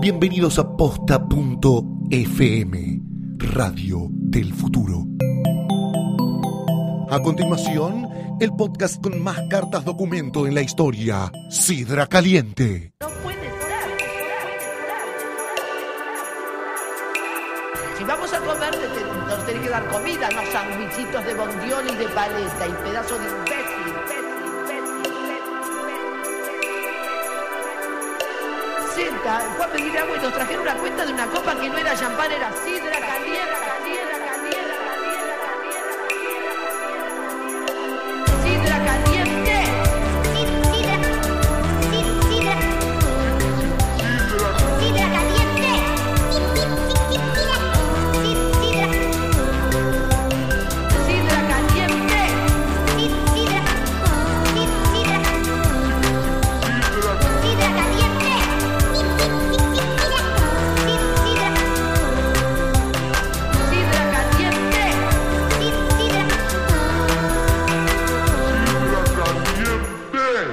Bienvenidos a posta.fm, Radio del Futuro. A continuación, el podcast con más cartas documento en la historia, Sidra Caliente. No puede ser. Si vamos a comer, te- te- nos tenés que dar comida, no sandwichitos de bondiol y de paleta y pedazo de imbécil. Senta, fue a pedir agua y nos trajeron una cuenta de una copa que no era champán, era sidra caliente, caliente, caliente, caliente, caliente, caliente. Sidra caliente. Sidra caliente. Sidra caliente.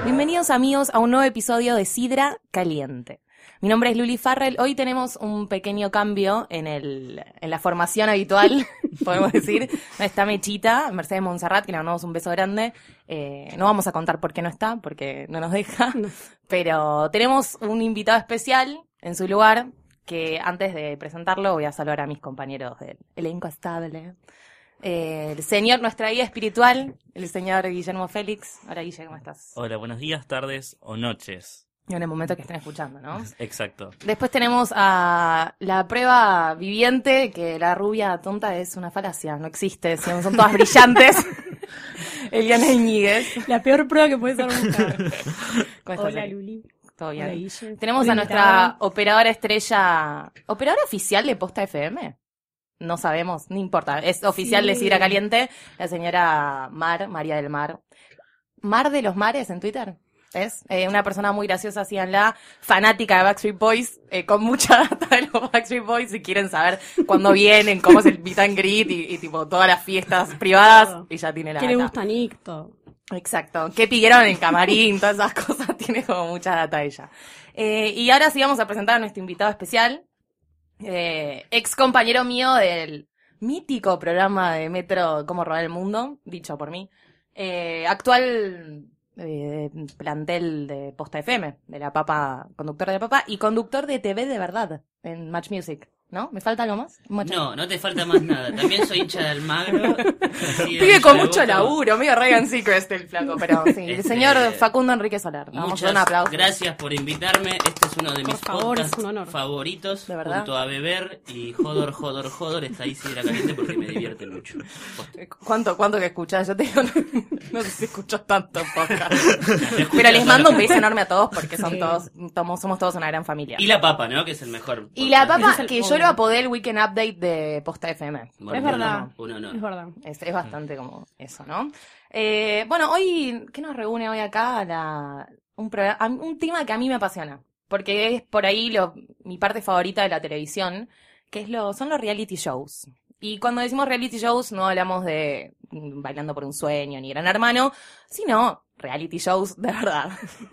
Bienvenidos amigos a un nuevo episodio de Sidra Caliente. Mi nombre es Luli Farrell. Hoy tenemos un pequeño cambio en, el, en la formación habitual, podemos decir. No está Mechita, Mercedes Monserrat, que le mandamos un beso grande. Eh, no vamos a contar por qué no está, porque no nos deja. Pero tenemos un invitado especial en su lugar, que antes de presentarlo voy a saludar a mis compañeros del elenco estable. Eh, el señor, nuestra guía espiritual, el señor Guillermo Félix. Hola Guille, ¿cómo estás? Hola, buenos días, tardes o noches. En el momento que estén escuchando, ¿no? Exacto. Después tenemos a la prueba viviente que la rubia tonta es una falacia, no existe, son son todas brillantes. Eliana Iñiguez. La peor prueba que puedes hacer buscar. ¿Cómo estás, Hola Eli? Luli. Todo bien. Hola Guille. Tenemos Hola, a nuestra invitada. operadora estrella, operadora oficial de Posta FM. No sabemos, no importa. Es oficial de Sí. Sidra Caliente, la señora Mar, María del Mar. Mar de los Mares en Twitter. Es eh, una persona muy graciosa, síganla, fanática de Backstreet Boys, eh, con mucha data de los Backstreet Boys, si quieren saber cuándo vienen, cómo es el meet and greet y, y, tipo todas las fiestas privadas, Todo. y ya tiene la ¿Qué le data. gusta a Nick? Todo. Exacto. ¿Qué pidieron en el camarín? Todas esas cosas. Tiene como mucha data ella. Eh, y ahora sí vamos a presentar a nuestro invitado especial. eh, ex compañero mío del mítico programa de Metro Cómo Robar el Mundo, dicho por mí. Eh, actual eh, plantel de Posta FM, de la Papa, conductor de la Papa y conductor de TV de verdad en Match Music. ¿No? ¿Me falta algo más? Mucho. No, no te falta más nada. También soy hincha de Almagro. Así de Vive con hincha de mucho Boca. laburo, medio Ryan Seacrest el flaco, pero sí. El Este, señor Facundo Enrique Solar. Le Vamos a dar Muchas un aplauso. gracias por invitarme. Este es uno de Por mis favor, es podcasts un honor. favoritos. De verdad. Junto a Beber y Jodor, Jodor, Jodor. Está ahí Sidra Caliente porque me divierte mucho. ¿Cuánto, cuánto que escuchás? Yo te digo, no, no sé si escucho tanto podcast. Te escucho Pero les solo. mando un beso enorme a todos porque son Sí. todos, tomo- somos todos una gran familia. Y la papa, ¿no? Que es el mejor. Y la podcast. papa, Es el que yo obvio. lo apodé el Weekend Update de Posta FM. Bueno, Es un verdad. honor, Un honor. Es verdad. Es, Mm. es bastante como eso, ¿no? Eh, bueno, hoy, ¿qué nos reúne hoy acá? La, un, progra- a- un tema que a mí me apasiona, porque es por ahí lo, mi parte favorita de la televisión, que es lo, son los reality shows. Y cuando decimos reality shows no hablamos de mm, bailando por un sueño ni gran hermano, sino reality shows de verdad.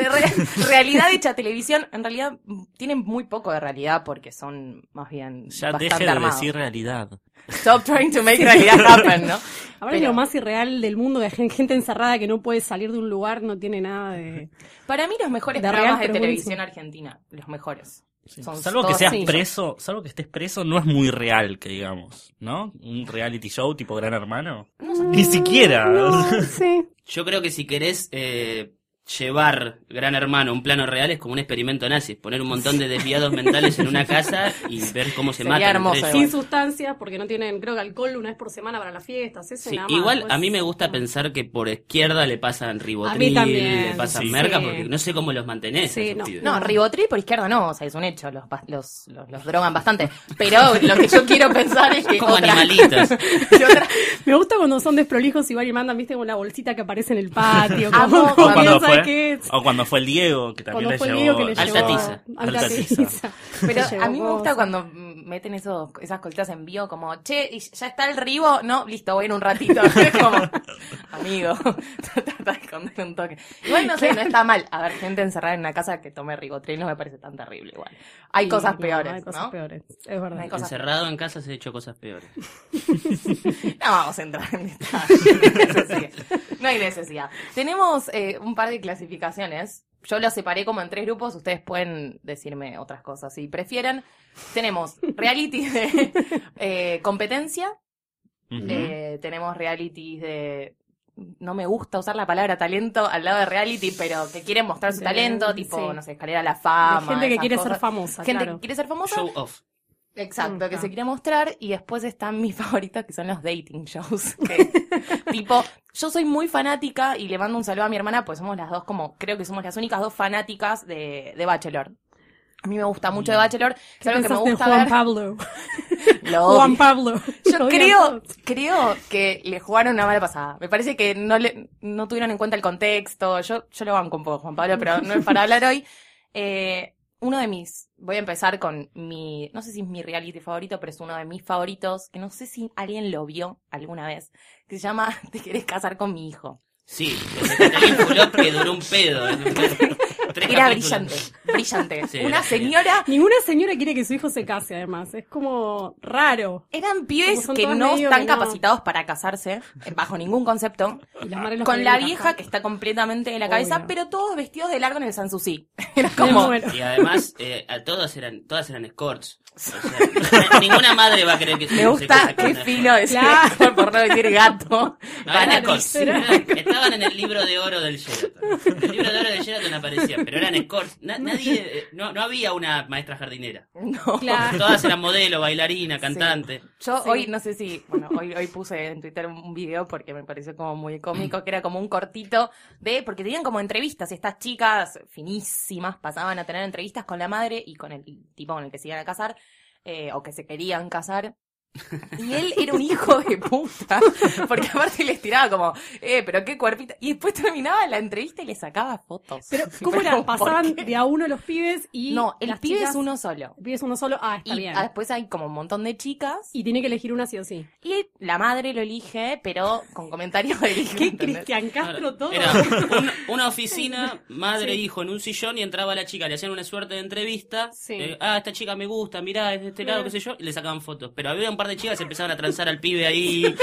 De re- realidad hecha televisión, en realidad mm, tienen muy poco de realidad porque son más bien Ya bastante deje de armados. decir realidad. Stop trying to make realidad happen, ¿no? Ahora es Pero- lo más irreal del mundo, que hay gente encerrada que no puede salir de un lugar, no tiene nada de... Para mí los mejores De programas real, de pero televisión argentina, los mejores. Son Salvo que todos seas así. preso, salvo que estés preso, no es muy real, que digamos, ¿no? Un reality show tipo Gran Hermano. Ni siquiera. Mm. No, sí. Yo creo que si querés eh, llevar Gran Hermano a un plano real es como un experimento nazi. Poner un montón de desviados mentales en una casa y ver cómo se Sería matan. hermoso entre igual. Sin sustancias, porque no tienen, creo que alcohol una vez por semana para las fiestas, eso Sí, nada más. igual Pues, a mí me gusta no. pensar que por izquierda le pasan A mí ribotril, también, le pasan sí. merca, Sí. porque no sé cómo los mantenés. Sí, esos no. pibes. No, Ribotril por izquierda no, o sea, es un hecho, los, pas- los, los, los drogan bastante. Pero lo que yo quiero pensar es que Como otra- animalitos. que otra- Me gusta cuando son desprolijos y van y mandan, viste, con la bolsita que aparece en el patio. Amo cuando como, O como que cuando, no fue, sabe qué es. o cuando fue el Diego, que también Cuando le fue el llevó. lío que le Alta llevó... tiza. Alta Alta tiza. tiza. Pero Le llevó a mí me gusta cosas. cuando mm, meten esos, esas cositas en vivo como, che, ¿y ya está el ribo, no, listo, voy en un ratito. Es como, amigo, trata de esconder un toque. Igual no sé, no está mal. A ver, gente encerrada en una casa que tome ribotril no me parece tan terrible igual. Hay Sí, cosas no, peores, Hay cosas ¿no? peores, es verdad. Hay cosas- Encerrado en casa se ha hecho cosas peores. No vamos a entrar en detalle. no hay necesidad. Tenemos eh, un par de clasificaciones. Yo las separé como en tres grupos. Ustedes pueden decirme otras cosas si prefieren. Tenemos reality de eh, competencia. Ujú. Eh, tenemos realities de. No me gusta usar la palabra talento al lado de reality, pero que quieren mostrar su De- talento, tipo, sí. no sé, escalera a la De fama. gente que esas quiere cosas. ser famosa, Gente que claro. quiere ser famosa. Show off. Exacto, que Ajá. se quiere mostrar. Y después están mis favoritos, que son los dating shows. que, tipo, yo soy muy fanática y le mando un saludo a mi hermana, pues somos las dos, como creo que somos las únicas dos fanáticas de, de Bachelor. A mí me gusta mucho de Bachelor. Es ¿Qué algo que me pensás de gusta Juan ver. Pablo? Lo odio. Juan Pablo. Yo Lo odian creo, todos. creo que le jugaron una mala pasada. Me parece que no le, no tuvieron en cuenta el contexto. Yo, yo lo banco un poco, Juan Pablo, pero no es para hablar hoy. Eh, uno de mis, voy a empezar con mi, no sé si es mi reality favorito, pero es uno de mis favoritos, que no sé si alguien lo vio alguna vez, que se llama Te querés casar con mi hijo. Sí, desde Catalín Fulop que duró un pedo. ¿eh? Tres Era capítulos. brillante, brillante. Este Sí, una era genial. señora, Ninguna señora quiere que su hijo se case, además. Es como raro. eran Como pibes son que todos no medio están que no. capacitados para casarse, eh, bajo ningún concepto. Y las madres los con quieren la casar. vieja que está completamente de la cabeza, Obvio. pero todos vestidos de largo en el Sanssouci. Era Me como, muero. Y además, eh, a todas eran, todas eran escorts. O sea, ninguna madre va a creer que su me hijo se casa gusta con qué una fino decir Claro. escort, por no decir gato. No, eran Para escorts. mí. Eran- Estaban en el libro de oro del Sheraton. El libro de oro del Sheraton aparecía, pero eran escorts. Na- nadie, eh, no, no había una maestra jardinera. No. Claro. Todas eran modelo, bailarina, cantante. Yo Sí. hoy, no sé si, bueno, hoy, hoy puse en Twitter un- un video porque me pareció como muy cómico, que era como un cortito de, porque tenían como entrevistas, y estas chicas finísimas pasaban a tener entrevistas con la madre y con el tipo con el que se iban a casar, eh, o que se querían casar. Y él era un hijo de puta, porque aparte les tiraba como, eh, pero qué cuerpito. Y después terminaba la entrevista y le sacaba fotos. Pero, ¿cómo Pero, eran? ¿por Pasaban qué? de a uno los pibes y. No, el las pibe chicas- es uno solo. El pibe es uno solo. Ah, está Y bien. ah, después hay como un montón de chicas. Y tiene que elegir una sí o sí. Y la madre lo elige, pero con comentarios del hijo. ¿Qué ¿entendés? Cristian Castro todo? Era un- una oficina, madre e hijo en un sillón y entraba la chica, le hacían una suerte de entrevista. Sí. Eh, ah, esta chica me gusta, mirá, es de este lado, qué sé yo, y le sacaban fotos. Pero había un par de chicas que empezaban a transar al pibe ahí,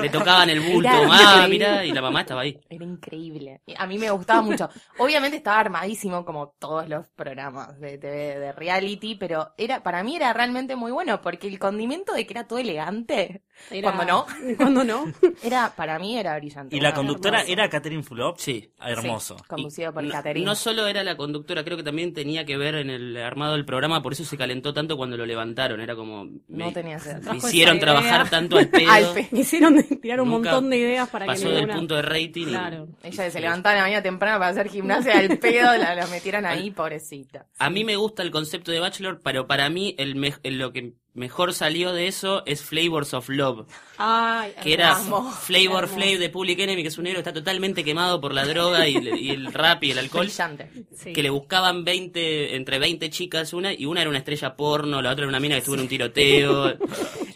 le tocaban el bulto, Mirá, mamá, increíble. mirá, y la mamá estaba ahí. Era increíble. Y A mí me gustaba mucho. Obviamente estaba armadísimo como todos los programas de TV, de reality, pero era para mí era realmente muy bueno porque el condimento de que era todo elegante, Era- cuando no, Cuando no. era para mí era brillante. Y la Era conductora hermoso. era Catherine Fulop. Sí. Hermoso. Sí, conducido por No- Catherine. No, solo era la conductora, creo que también tenía que ver en el armado del programa, por eso se calentó tanto cuando lo levantaron. Era como. No me- tenía sentido. me Trajo hicieron esa trabajar idea. tanto al pedo. Al pe- Me hicieron tirar un Nunca montón de ideas para que pasó del ninguna- punto de rating. y- este, Claro. Ella se levantaba en la mañana temprano para hacer gimnasia al pedo, la, la metieron ahí, pobrecita. A mí me gusta el concepto de Bachelor, pero para mí el me- el- lo que mejor salió de eso es Flavors of Love, Ay, que era Amo. Flavor Flav de Public Enemy, que es un negro que está totalmente quemado por la droga y, el- y el rap y el alcohol. Brillante. sí. Que le buscaban 20, entre 20 chicas una, y una era una estrella porno, la otra era una mina que estuvo en un tiroteo.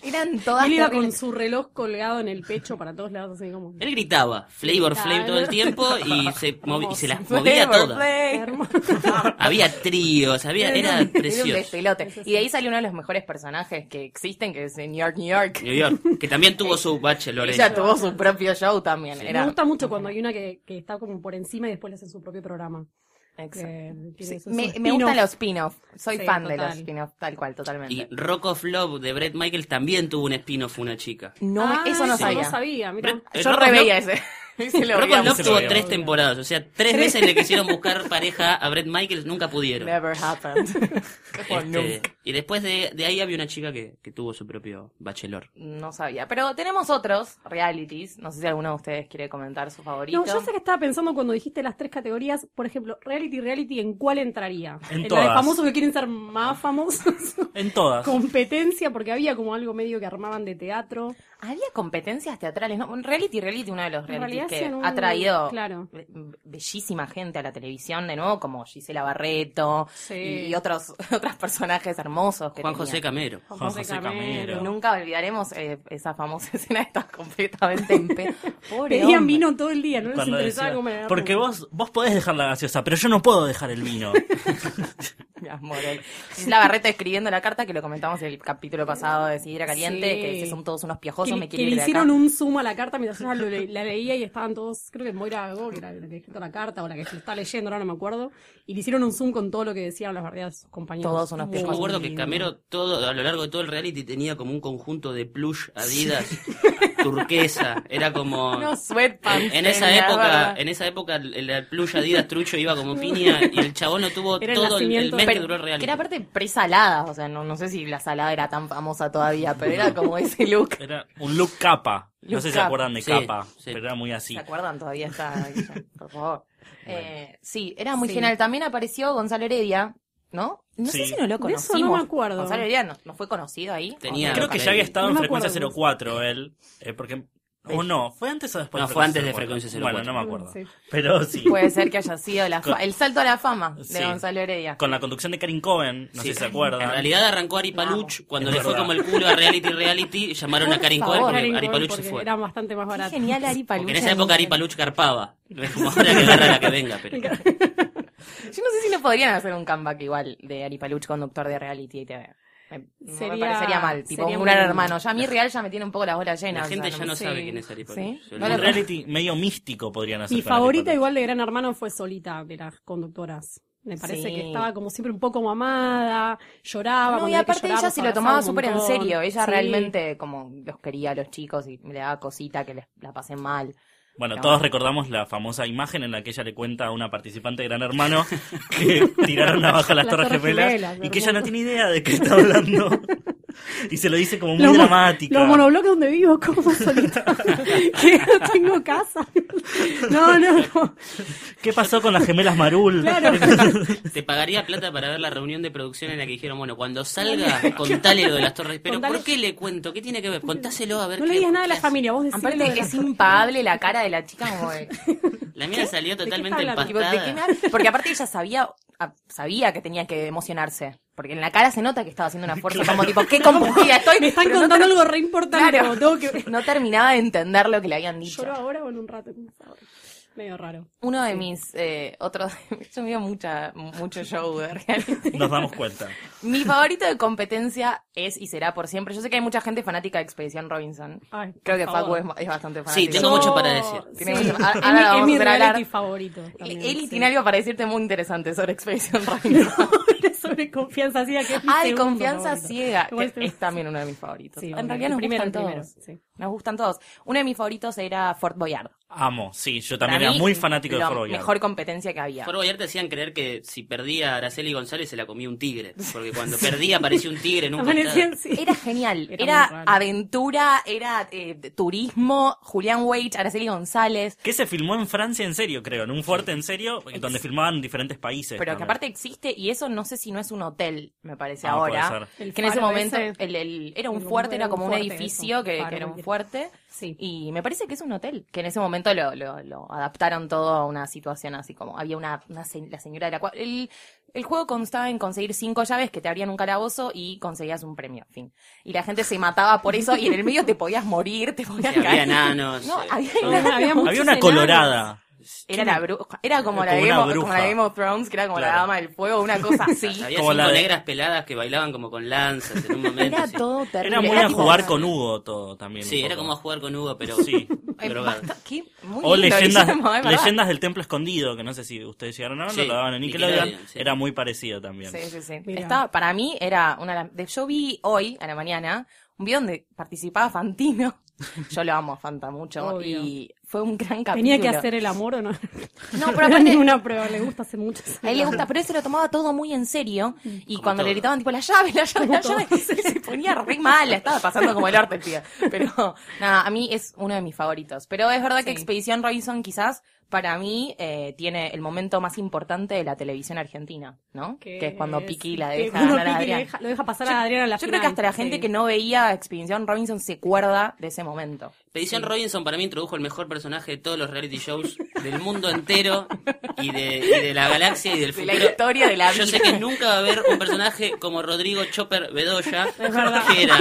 Eran Y todas él iba con terribles. su reloj colgado en el pecho para todos lados, así como. Él gritaba Flavor Flav todo el tiempo y se, movi- y se las movía Flavor todas. Flav. Había tríos, había, era Era un precioso. despelote. Y de ahí salió uno de los mejores personajes que existen, que es en New York, New York. New York, que también tuvo su Bachelor. Ella ella. tuvo su propio show también. Me Era... gusta mucho cuando hay una que, que está como por encima y después le hacen su propio programa. Que Exacto. tiene Sí, esos Me, me spin-off. gustan los spin-off. Soy Sí, fan de total. los spin-off, tal cual, Y totalmente. Rock of Love de Brett Michaels también tuvo un spin-off, una chica. No, Ah, eso no sabía. No sabía, mirá. Brett- Yo Rock of reveía ese. Ese lo Rock veía of Love mucho. lo tuvo veíamos. tres temporadas, o sea, tres veces le quisieron buscar pareja a Brett Michaels, nunca pudieron. Never happened. Como Este, nunca. y después de, de ahí había una chica que, que tuvo su propio bachelor. No sabía. Pero tenemos otros realities. No sé si alguno de ustedes quiere comentar su favorito. No, yo sé que estaba pensando cuando dijiste las tres categorías, por ejemplo, reality, reality, ¿en cuál entraría? En la de todas. famosos que quieren ser más famosos, En todas. competencia, porque había como algo medio que armaban de teatro. Había competencias teatrales. ¿no? Un Reality, reality, uno de los En realities realidad hacen que un- ha traído Claro. be- bellísima gente a la televisión de nuevo, como Gisela Barreto Sí. y otros, otros personajes hermosos que Juan tenía. José Camero. Juan José Camero. Y Nunca olvidaremos eh, esa famosa escena de estar completamente en pe... Pobre Pedían hombre. vino todo el día, no les Cuando interesaba decía, cómo era la Porque puta". vos, vos podés dejar la gaseosa, pero yo no puedo dejar el vino. Mi amor, el- Gisela Barreto escribiendo la carta que lo comentamos en el capítulo pasado de Sidra Caliente, Sí. que dice, son todos unos Que, piojosos, le- me que quiero ir le de acá". hicieron un zoom a la carta mientras yo la, le- la leía y estaban todos, creo que Moira Gó, que era la que había escrito la carta o la que se está leyendo, ahora no me acuerdo, y le hicieron un zoom con todo lo que decían las barriadas de sus compañeros. Todos unos Muy Yo me pijos. acuerdo que Camero todo, a lo largo de todo el reality tenía como un conjunto de plush, adidas, turquesa. Era como... Unos sweatpants. En, en este esa tenía, época, ¿verdad? en esa época el, el plush Adidas trucho iba como piña y el chabón no tuvo Era el todo el, nacimiento- mes que Pero- duró el reality. que era aparte presalada, o sea, no, no sé si la salada era tan famosa todavía, pero era como ese look. Era un look capa. No Look sé si se capa. acuerdan de Sí, capa, sí. pero era muy así. ¿Se acuerdan? Todavía está, Guilla, por favor. Eh, sí, era muy Sí. genial. También apareció Gonzalo Heredia, ¿no? No sé Sí. si no lo De eso conocimos. no me acuerdo. Gonzalo Heredia no, no fue conocido ahí. Tenía- Creo que ya había estado No en me Frecuencia acuerdo. 04 él. eh, porque, o no, ¿fue antes o después? No, de fue antes de Frecuencia Bueno, 04. no me acuerdo. Sí. Pero sí. Puede ser que haya sido la fa- Con- el salto a la fama de Sí. Gonzalo Heredia. Con la conducción de Karin Cohen, no Sí. sé si se acuerdan. En realidad arrancó Ari Paluch, cuando Es le fue verdad. como el culo a reality reality, llamaron a Por Karin favor, Cohen porque Karen Ari Cohen, Paluch se porque fue. Era bastante más Qué barato. genial Ari Palucha. Porque en esa época Ari Paluch carpaba. No es como ahora que agarra la que venga, pero Yo no sé si no podrían hacer un comeback igual de Ari Paluch, conductor de reality y TV. Me, no me Sería- parecería mal, tipo sería un gran muy- hermano. Ya a mí real ya me tiene un poco las bolas llenas. la o sea, gente ya no me- sabe sí. quién es Ari Paluch. Sí. Se No Un lo- olvidó. reality medio místico podrían hacer. Mi con Ari favorita Paluch. igual de Gran Hermano fue Solita, de las conductoras. Me parece Sí. que estaba como siempre un poco mamada, lloraba. No, cuando y había que aparte llorar, ella los se lo abrazaba tomaba un súper en montón. serio. Ella Sí. realmente como los quería a los chicos y le daba cosita que les la pasen mal. Bueno, No. todos recordamos la famosa imagen en la que ella le cuenta a una participante de Gran Hermano que tiraron abajo las Las Torres Torres Gemelas Gemelas, y que ella hermoso. no tiene idea de qué está hablando. Y se lo dice como muy Los mo- dramática. Los monobloques donde vivo, como solita. que no tengo casa. no, no, no. ¿Qué pasó con las gemelas Marul? Claro. Te pagaría plata para ver la reunión de producción en la que dijeron, bueno, cuando salga, contale lo de las torres. Pero Contale- ¿por qué le cuento? ¿Qué tiene que ver? Contáselo a ver No le qué- digas nada a qué la hace. familia, vos decís. Aparte es impagable la cara de la chica como de, La mía salió totalmente está hablando? tipo, ¿de qué me empastada. hablas? Porque aparte ella sabía a- sabía que tenía que emocionarse. Porque en la cara se nota que estaba haciendo una fuerza como tipo, qué compungida estoy. Me están pero no contando ter- algo re importante. Claro. como tengo que- No terminaba de entender lo que le habían dicho. ¿Lloro ahora o en un rato? ¿Cómo sabe? Medio raro. Uno de mis eh, otros. Yo veo mucha, mucho show de reality. Nos damos cuenta. Mi favorito de competencia es y será por siempre. Yo sé que hay mucha gente fanática de Expedición Robinson. Ay, por Creo que favor. Facu es, es bastante fanático. Sí, tengo Yo- mucho para decir. Tiene sí. mucho- ahora- Es ahora mi- la es vamos mi a hablar. reality favorito. Eli también, sí. tiene algo para decirte muy interesante sobre Expedición Robinson. sobre confianza ciega que es mi Ah, de segundo confianza favorito. ciega. Igual que te- es también uno de mis favoritos. Sí, este en obvio. realidad nos Primero, gustan primero, todos. sí. Nos gustan todos. Uno de mis favoritos era Fort Boyard. Amo, sí, yo Para también era mí, muy fanático de la Fort Boyard. mejor competencia que había. Por ayer te hacían creer que si perdía a Araceli González se la comía un tigre. Porque cuando perdía aparecía un tigre en un costado. Amanecían, sí. Era genial, Era era, muy raro. aventura, era eh, de- turismo, Julián Weich, Araceli González, Que se filmó en Francia en serio, creo, en un fuerte en serio, donde filmaban diferentes países. pero que también. aparte existe y eso no sé si no es un hotel, me parece Ah, ahora, puede ser. El que en ese faro momento ese. el- el- era un El- fuerte, era era un como un, fuerte, edificio eso, que, faro, que era un cualquiera. fuerte Sí. y me parece que es un hotel, que en ese momento lo, lo- lo adaptaron todo a una situación así como había una, una se- la señora de la cual el, el juego constaba en conseguir cinco llaves que te abrían un calabozo y conseguías un premio, fin. Y la gente se mataba por eso y en el medio te podías morir, te podías Sí, había caer. enanos. No, eh, había todo. enanos. muchos Había una enanos. colorada. Era la bruja, era como, la, Como de una Game of, bruja. como la de Game of Thrones, que era como Claro. la dama del fuego, una cosa así. Había Como cinco la de- negras peladas que bailaban como con lanzas en un momento. Era sí. todo terrible. Era muy a tipo- jugar con Hugo todo también. Sí, un era poco. como a jugar con Hugo, pero Sí. Eh, drogado. basta- qué- muy O lindo, leyendas, Guillermo, es verdad. leyendas del templo escondido, que no sé si ustedes llegaron a verlo, Sí, lo daban en Nickelodeon, Nickelodeon, sí. era muy parecido también. Sí, sí, sí. Mira. Estaba- para mí era una de las- de- Yo vi hoy, a la mañana, un video donde participaba Fantino. Yo lo amo a Fanta mucho. Obvio. Y fue un gran capítulo. Tenía que hacer el amor o no. No, pero Pero no aparte, era ninguna prueba, le gusta hace mucho. A él le gusta, pero él se lo tomaba todo muy en serio. Y Como cuando le todo. gritaban, tipo, la llave, la llave, la llave, él se ponía re mal. La estaba pasando como el arte, el pibe. Pero, nada, a mí es uno de mis favoritos. Pero es verdad que Expedición Robinson quizás para mí eh, tiene el momento más importante de la televisión argentina, ¿no? Que Que es cuando es- Piqui la que deja uno ganar a Piqui le Adrián. deja- lo deja pasar a Adrián a la Yo creo que hasta la gente que no veía Expedición Robinson se acuerda de ese momento. Expedición Robinson para mí introdujo el mejor personaje de todos los reality shows del mundo entero y de, y de la galaxia y del De la futuro. historia de la vida. Yo sé que nunca va a haber un personaje como Rodrigo Chopper Bedoya, verdad. que era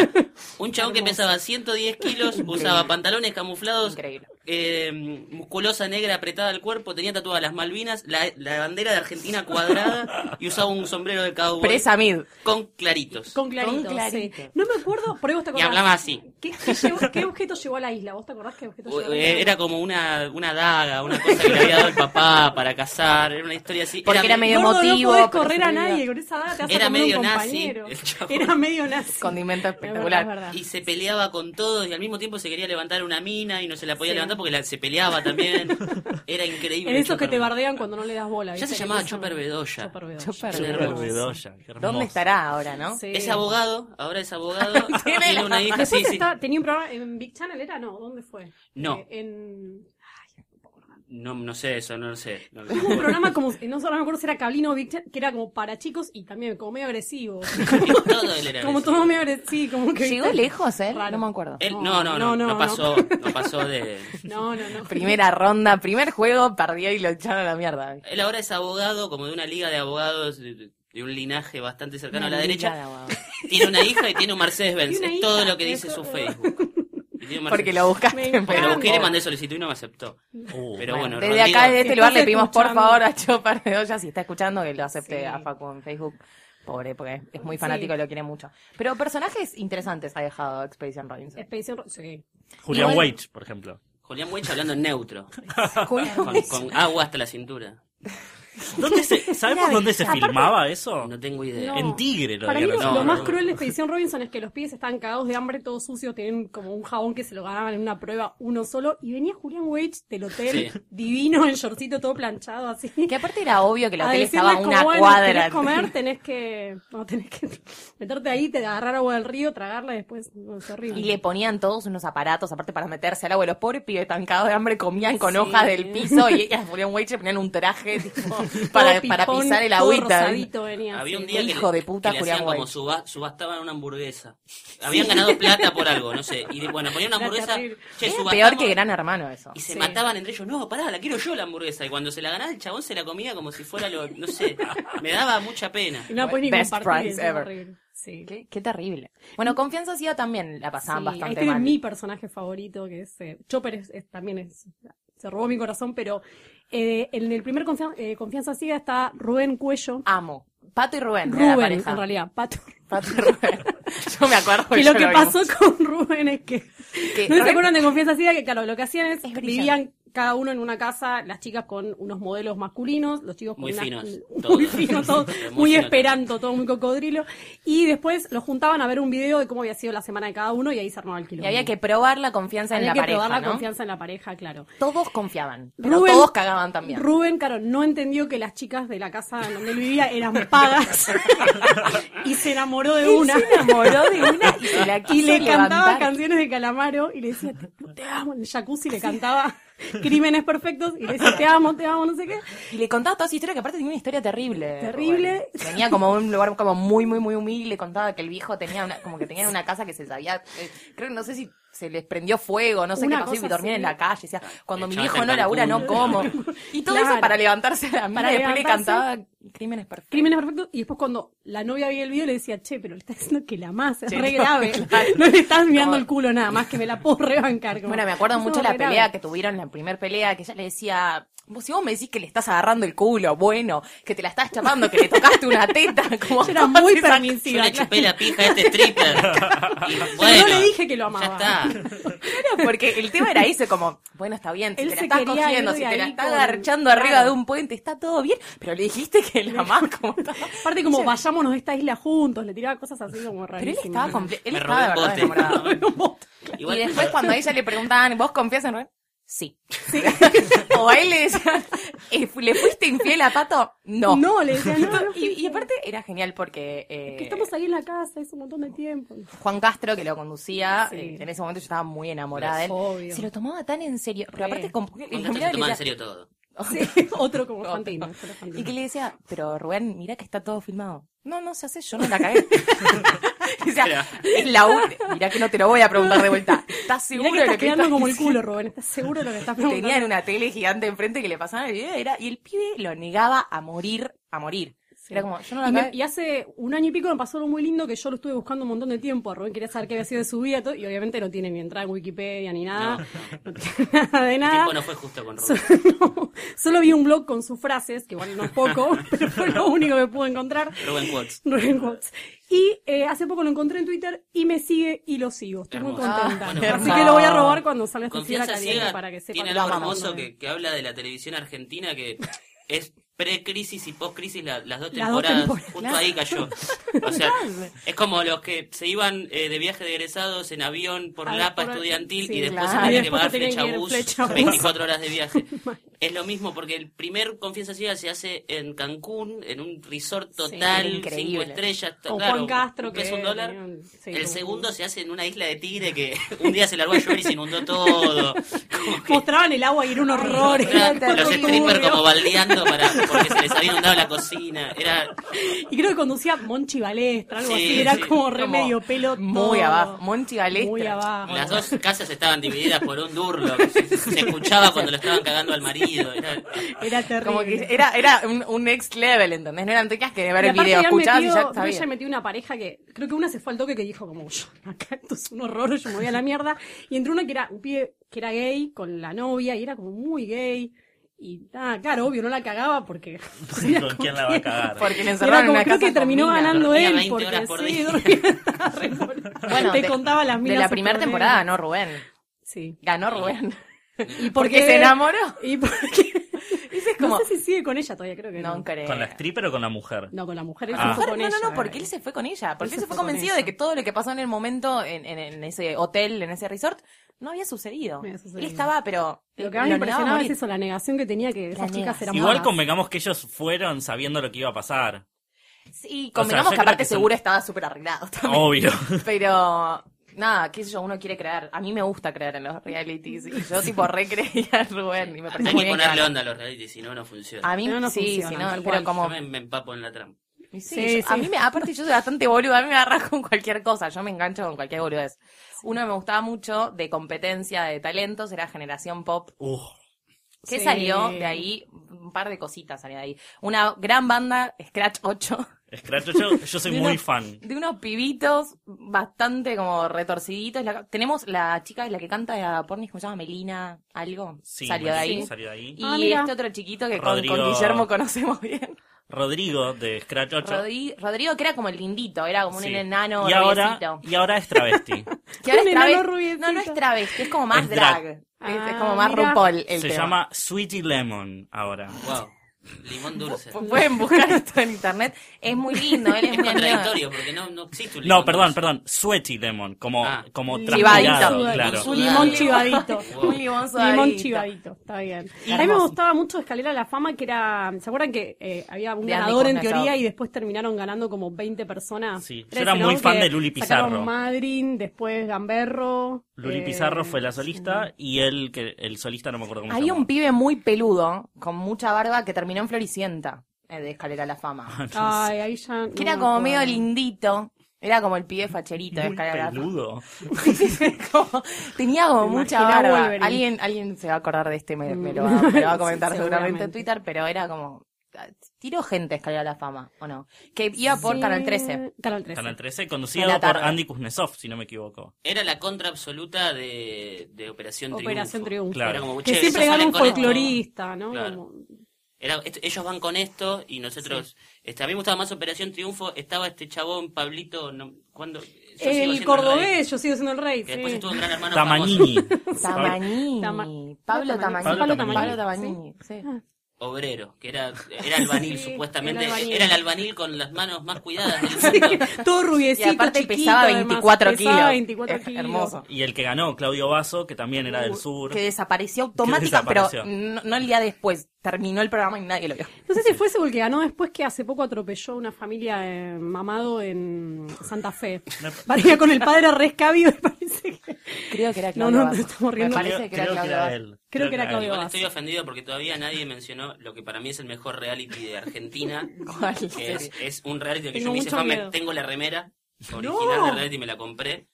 un chabón que pesaba 110 kilos, usaba pantalones camuflados, Increíble. eh, musculosa negra apretada al cuerpo, tenía tatuadas las Malvinas, la, la bandera de Argentina cuadrada y usaba un sombrero de cowboy Presa Mid. con claritos. Con clarito, Con clarito. sí. No me acuerdo, por ahí vos te Y acordás. hablaba así. ¿Qué, qué llevó- qué objeto llevó a la isla? ¿Vos te acordás qué objeto O- llevó? a la isla? eh, Era como una, una daga, una cosa que le había dado el papá para cazar, era una historia así. Porque era medio Gordo, motivo, No podés pero correr se a te olvida. nadie con esa edad, te vas Era a comer medio un nazi, compañero. el chabón. Era medio nazi. Condimento Es verdad, es espectacular. verdad. Y se peleaba con todos y al mismo tiempo se quería levantar una mina y no se la podía Sí. levantar porque la- se peleaba también. Era increíble. En esos que Chopper te Bedoya. bardean cuando no le das bola. Ya ¿viste? se Que llamaba empiezan- Chopper Bedoya. Chopper Bedoya. Chopper Qué Bedoya. hermoso. Bedoya, qué hermoso. ¿Dónde estará ahora, no? Sí. Es abogado, ahora es abogado. Tiene tiene una hija, Después sí, sí. está- tenía un programa en Big Channel, ¿era? No, ¿dónde fue? No. Eh, en... No, no sé eso, no lo sé. No, Hubo un programa como, no solo me acuerdo si era Cablino o Big Channel, que era como para chicos y también como medio agresivo. todo él era como agresivo. todo medio agresivo, como que... ¿Llegó lejos él? Raro. No me acuerdo. Él- no, no, no, no, No, no, no. pasó, no pasó de... No, no, no. Primera ronda, primer juego, perdió y lo echaron a la mierda. Él ahora es abogado como de una liga de abogados de, de un linaje bastante cercano a la Una derecha. ligada, guau. Tiene una hija y tiene un Mercedes Benz. Tiene una Es todo hija, lo que dice eso- su Facebook. Y tiene un Mercedes. Porque lo Me buscaste. encanta. Porque lo busqué y le Ah, mandé solicitud y no me aceptó. Uh, Pero bueno, desde acá, desde Rodrigo- este lugar, le Estás pedimos por escuchando. favor a Chopper de Olla, si está escuchando, que lo acepte Sí. a Facu en Facebook. Pobre, porque es muy Sí. fanático y lo quiere mucho. Pero personajes interesantes ha dejado Expedition Robinson. Expedición... Ro- Sí. Julian Igual- Weich, por ejemplo. Julián Weich hablando en neutro. Julián Con, con agua hasta la cintura. ¿Dónde se, ¿Sabemos dónde se filmaba eso? No tengo idea. No. En Tigre lo Para mí habían lo, no, lo no, más no. cruel de Expedición Robinson es que los pibes estaban cagados de hambre, todos sucios, tenían como un jabón que se lo ganaban en una prueba uno solo, y venía Julián Wage del hotel, Sí. divino, en shortcito, todo planchado, así. Que aparte era obvio que el a hotel estaba a decirles una como, bueno, cuadra. Tenés comer, tenés que, no, tenés que meterte ahí, te agarrar agua del río, tragarla y después, no, es horrible. Y le ponían todos unos aparatos, aparte para meterse al agua. Los pobres pibes tancados de hambre comían con Sí. hojas del piso y ellas ponían un le ponían un traje tipo, Todo para, pipón, para pisar el todo agüita. rosadito venía, Había sí. un día que, Hijo le- de puta, que le hacían Julián como Weich. suba- subastaban una hamburguesa. Habían ganado plata por algo, no sé. Y de- bueno, ponían una Era hamburguesa. terrible. che, Era peor subastamos- que Gran Hermano eso. Y se Sí. mataban entre ellos, no, pará, la quiero yo la hamburguesa. Y cuando se la ganaba el chabón se la comía como si fuera lo, no sé, me daba mucha pena. Y no la podés ni Best compartir, prize es ever. horrible. Sí. Qué, qué terrible. Bueno, Confianza Ciudad también la pasaban Sí, bastante este mal. es mi personaje favorito, que es eh, Chopper, es, es- también es, se robó mi corazón, pero eh, en el primer confia- eh, Confianza Ciega está Rubén Cuello. Amo. Pato y Rubén. era Ah, la Rubén, pareja. en realidad, Pato. Pato y Rubén. Yo me acuerdo Que yo lo que vimos. pasó con Rubén es que... Que ¿No se Rubén- acuerdan de Confianza Ciega? Que claro, lo que hacían es, Es brillante. vivían cada uno en una casa, las chicas con unos modelos masculinos, los chicos con Muy unas- finos, muy todos. finos, todos, Muy muy finos. esperanto, todo muy cocodrilo, y después los juntaban a ver un video de cómo había sido la semana de cada uno y ahí se armaba el Y quilombo. había que probar la confianza Había en la que pareja. probar la ¿no? confianza en la pareja, claro. Todos confiaban. Pero Rubén- todos cagaban también. Rubén, claro, no entendió que las chicas de la casa en donde él vivía eran pagas y se enamoró de una. Se enamoró de una y se la Y quiso le cantaba levantar. canciones de Calamaro y le decía, te, te amo, en el jacuzzi le cantaba Crímenes Perfectos y le decía, te amo, te amo, no sé qué. Y le contaba toda esa historia, que aparte tenía una historia terrible. Terrible. Rubén. Venía como de un lugar como muy, muy, muy humilde. Le contaba que el viejo tenía una, como que tenían una casa que se sabía, eh, creo que no sé si se les prendió fuego, no sé Una qué pasó, y cosa dormían en así. la calle. Decía, cuando mi Echaba viejo en no labura, no como. Cancún. Y todo Claro. eso para levantarse a la mina. Para y después le levantarse. cantaba crímenes perfectos. Crímenes Perfectos y después cuando la novia veía el video le decía, che, pero le estás diciendo que la más es Che, re no, grave. claro. No le estás mirando Como- el culo nada más, que me la puedo rebancar. como, Bueno, me acuerdo "Eso mucho es la re grave". pelea que tuvieron, la primer pelea, que ella le decía, vos si vos me decís que le estás agarrando el culo, bueno, que te la estás chapando, que le tocaste una teta, como Yo era muy todas esas- Yo permisiva. le claro. chupé la pija a este stripper. Y Pero bueno, no le dije que lo ya amaba. está. Porque el tema era ese, como, bueno, está bien, si Él te la se estás quería cogiendo, ir si de te la ahí estás con- agarchando claro. arriba de un puente, está todo bien, pero le dijiste que la amás como estaba. Aparte como vayámonos de esta isla juntos, le tiraba cosas así como Pero él rarísimas. estaba, comple- él Me estaba de robé un verdad bote. enamorado. Igual- Y después cuando a ella le preguntaban, ¿vos confías en Rubén? Sí. o a él le decían, "Eh, fu- ¿le fuiste infiel a Pato? No. No, le decía, no, no, y, y aparte era genial porque eh, que estamos ahí en la casa, es un montón de tiempo. Juan Castro, que lo conducía, Sí. eh, en ese momento yo estaba muy enamorada de él. Obvio. Se lo tomaba tan en serio. Pero Re. aparte, como que- Con le esto se miraba y le tomaba decía, en serio todo. Sí, otro como Otro. Fantino. otro Y Fantino. que le decía, pero Rubén, mira que está todo filmado. No, no se hace, yo no la cagué. o sea, es la única. Mira que no te lo voy a preguntar de vuelta. ¿Estás seguro Mirá que estás de lo que quedando estás como el diciendo? culo, Rubén. ¿Estás seguro de lo que estás preguntando? Tenían una tele gigante enfrente que le pasaban el video era, y el pibe lo negaba a morir, a morir. Sí. Era como, yo no la Y, me- cagué. y hace un año y pico me pasó algo muy lindo que yo lo estuve buscando un montón de tiempo. A Rubén quería saber qué había sido de su vida todo, y obviamente no tiene ni entrada en Wikipedia ni nada. No, tiene nada de El nada. tiempo no fue justo con So- Rubén. no, solo vi un blog con sus frases, que igual no es poco, pero fue lo único que pude encontrar. Rubén Quartz. Rubén Watts. Y eh, hace poco lo encontré en Twitter y me sigue y lo sigo. Estoy muy Hermoso. contenta. Ah, Así hermoso. que lo voy a robar cuando salga esta fiera Confianza caliente ciega para que sepa tiene que algo lo amamos. hermoso que, que habla de la televisión argentina que es pre-crisis y post-crisis la- las dos Las dos temporadas. temporadas. Justo ahí cayó. O sea, es como los que se iban eh, de viaje de egresados en avión por A ver, Lapa por- estudiantil sí, y después claro. Y se tenían que después pagar se tenían flecha que ir en bus, flecha bus. 24 horas de viaje. Es lo mismo porque el primer Confianza Ciega se hace en Cancún, en un resort total, increíble. cinco estrellas, to- O claro, Juan Castro, que es que un dólar. tenía un- sí, el como- segundo se hace en una isla de Tigre que un día se largó a llover y se inundó todo. Como que- Mostraban el agua y era un horror. Era- era todo los strippers turbio. como baldeando para, porque se les había inundado la cocina. Era Y creo que conducía Monchi Balestra, algo Sí, así. Era sí. como re Como medio pelo. Muy todo. abajo. Monchi Galestra. Muy abajo. las dos casas estaban divididas por un durlo. Se, se escuchaba cuando lo estaban cagando al marido. Era- Era terrible. Como que era, era un, un next level, ¿entendés? No eran tenías que ver el Y aparte video, habían escuchabas y metido- ya creo que ella sabías. metió una pareja que, creo que una se fue al toque que dijo como, yo, acá esto es un horror, yo me voy a la mierda. Y entró una que era un pibe que era gay con la novia y era como muy gay. Y ah, claro, obvio, no la cagaba porque... ¿Con quién la va a cagar? Porque le Era encerraron en como, una creo casa que con terminó minas. ganando Dormía él 20 porque horas por sí, día. dormía re por- Bueno, te de- contaba las De minas la super primera negras. temporada ganó Rubén. Sí. Ganó Rubén. Y porque, Porque se enamoró. Y porque... es como- No sé si sigue con ella todavía, creo que no. No creo. ¿Con la stripper o con la mujer? No, con la mujer. él Ah. se fue con No, no, ella, no, porque él se fue con ella. Porque él se fue con convencido ella. de que todo lo que pasó en el momento, en, en- en ese hotel, en ese resort, no había sucedido. No había sucedido. Él estaba, pero. Lo que negaba más me a impresionaba es morir. eso, la negación que tenía que esas chicas negación. eran Igual malas. convengamos que ellos fueron sabiendo lo que iba a pasar. Sí, sea, convengamos yo que creo aparte que son- seguro estaba súper arreglado también. Obvio. Pero. Nada, qué sé yo, uno quiere creer. A mí me gusta creer en los realities. Y yo, tipo, recreía a Rubén. Y me parecía hay muy que bien. ponerle que- onda a los reality, si no, no funciona. A mí, No, no sí, funciona, sí, tal no, cual. pero como. Yo me, me empapo en la trampa. Sí, Sí, yo- a sí. mí me, aparte yo soy bastante boluda, a mí me agarras con cualquier cosa, yo me engancho con cualquier boludez. Uno que me gustaba mucho de competencia de talentos era Generación Pop, Uf. que Sí. salió de ahí, un par de cositas salió de ahí. Una gran banda, Scratch 8, Scratch, yo, yo soy De muy una- fan. de unos pibitos bastante como retorciditos. La- tenemos la chica, la que canta la pornis, ¿cómo se llama? Melina, algo, Sí, salió de ahí. Salió de ahí. Y Ah, mira. este otro chiquito que con, Rodrigo. con Guillermo conocemos bien. Rodrigo de Scratch 8. Rodri- Rodrigo, que era como el lindito, era como un Sí. enano y ahora, rubiecito. y ahora es travesti. Que ahora Un es enano travesti. rubiecito. No, no es travesti, es como más Es drag. drag. Es- Es, Ah, como más mira. RuPaul el Se tema. llama Sweetie Lemon ahora. Wow. Limón dulce. P- Pueden buscar esto en internet. Es muy lindo, él es Es muy amigo. contradictorio porque no, no existe un limón No, perdón, dulce. perdón. Sweaty Lemon, como, Ah. como Limón transpirado, sudadito. claro. Un limón chivadito. Wow. Un limón sudadito. Limón chivadito, está bien. A mí me Hermoso. gustaba mucho Escalera a la Fama, que era. ¿Se acuerdan que eh, había un De ganador Andy en Cornazado. teoría y después terminaron ganando como 20 personas? Sí. Yo Trece, era muy ¿no? fan Que de Luli sacaron Pizarro. Madryn, después Gamberro. Luli eh, Pizarro fue la solista y él, que el solista no me acuerdo cómo se Había llama. un pibe muy peludo, con mucha barba, que terminó en Floricienta, eh, de Escalera a la Ah, Fama. Ay, ahí ya. Que no era me como acuerdo. medio lindito. Era como el pibe facherito de Muy Escalera a la Fama. peludo. Como- tenía como Me mucha imaginaba barba. Wolverine. Alguien, alguien se va a acordar de este, me, me Mm. lo, va, me lo va a Sí, comentar seguramente en seguramente. Twitter, pero era como. ah, Tiró gente a escalar la fama, ¿o no? Que iba por Sí, Canal 13. Canal 13. Canal 13, A conducido la por tarde. Andy Kuznetsov, si no me equivoco. Era la contra absoluta de, de Operación Triunfo. Operación Triunfo. Claro. Era como, Que che, siempre gana ellos salen un con esto. folclorista, ¿no? Claro. Como- Era, esto- ellos van con esto y nosotros. Este, a mí me gustaba más Operación Triunfo. Estaba este chabón, Pablito. No, ¿cuándo? Yo sigo siendo El rey. cordobés, yo sigo siendo el rey. Que después sí. estuvo en Gran Hermano. Tamanini. Tamañini. Tama- Pablo Tamañini. Tamañini. Pablo Tamañini. Pablo Tamañini, sí. famoso, Obrero, que era, era albanil, Sí, supuestamente. era albanil. Era el albanil con las manos más cuidadas del Sí, mundo. todo rubiecito. Y aparte chiquito, pesaba además. 24 Pesaba kilos. 24 Eh, kilos. Hermoso. Y el que ganó, Claudio Basso, que también era Uh, del sur. Que desapareció automática, desapareció. pero no, no el día después. Terminó el programa y nadie lo vio. No sé si fue ese o el que ganó después que hace poco atropelló a una familia eh, mamado en Santa Fe. Parecía con el padre rescabio y parece que Creo que era No, Claudio no, Basso. no estamos Me riendo. parece que era Claudio Basso. él. Creo que era Claudio. Igual Vas. estoy ofendido porque todavía nadie mencionó lo que para mí es el mejor reality de Argentina. ¿Cuál que es, serie? es un reality que Tengo yo me hice mucho fan, me- miedo. tengo la remera original No. del reality, me la compré.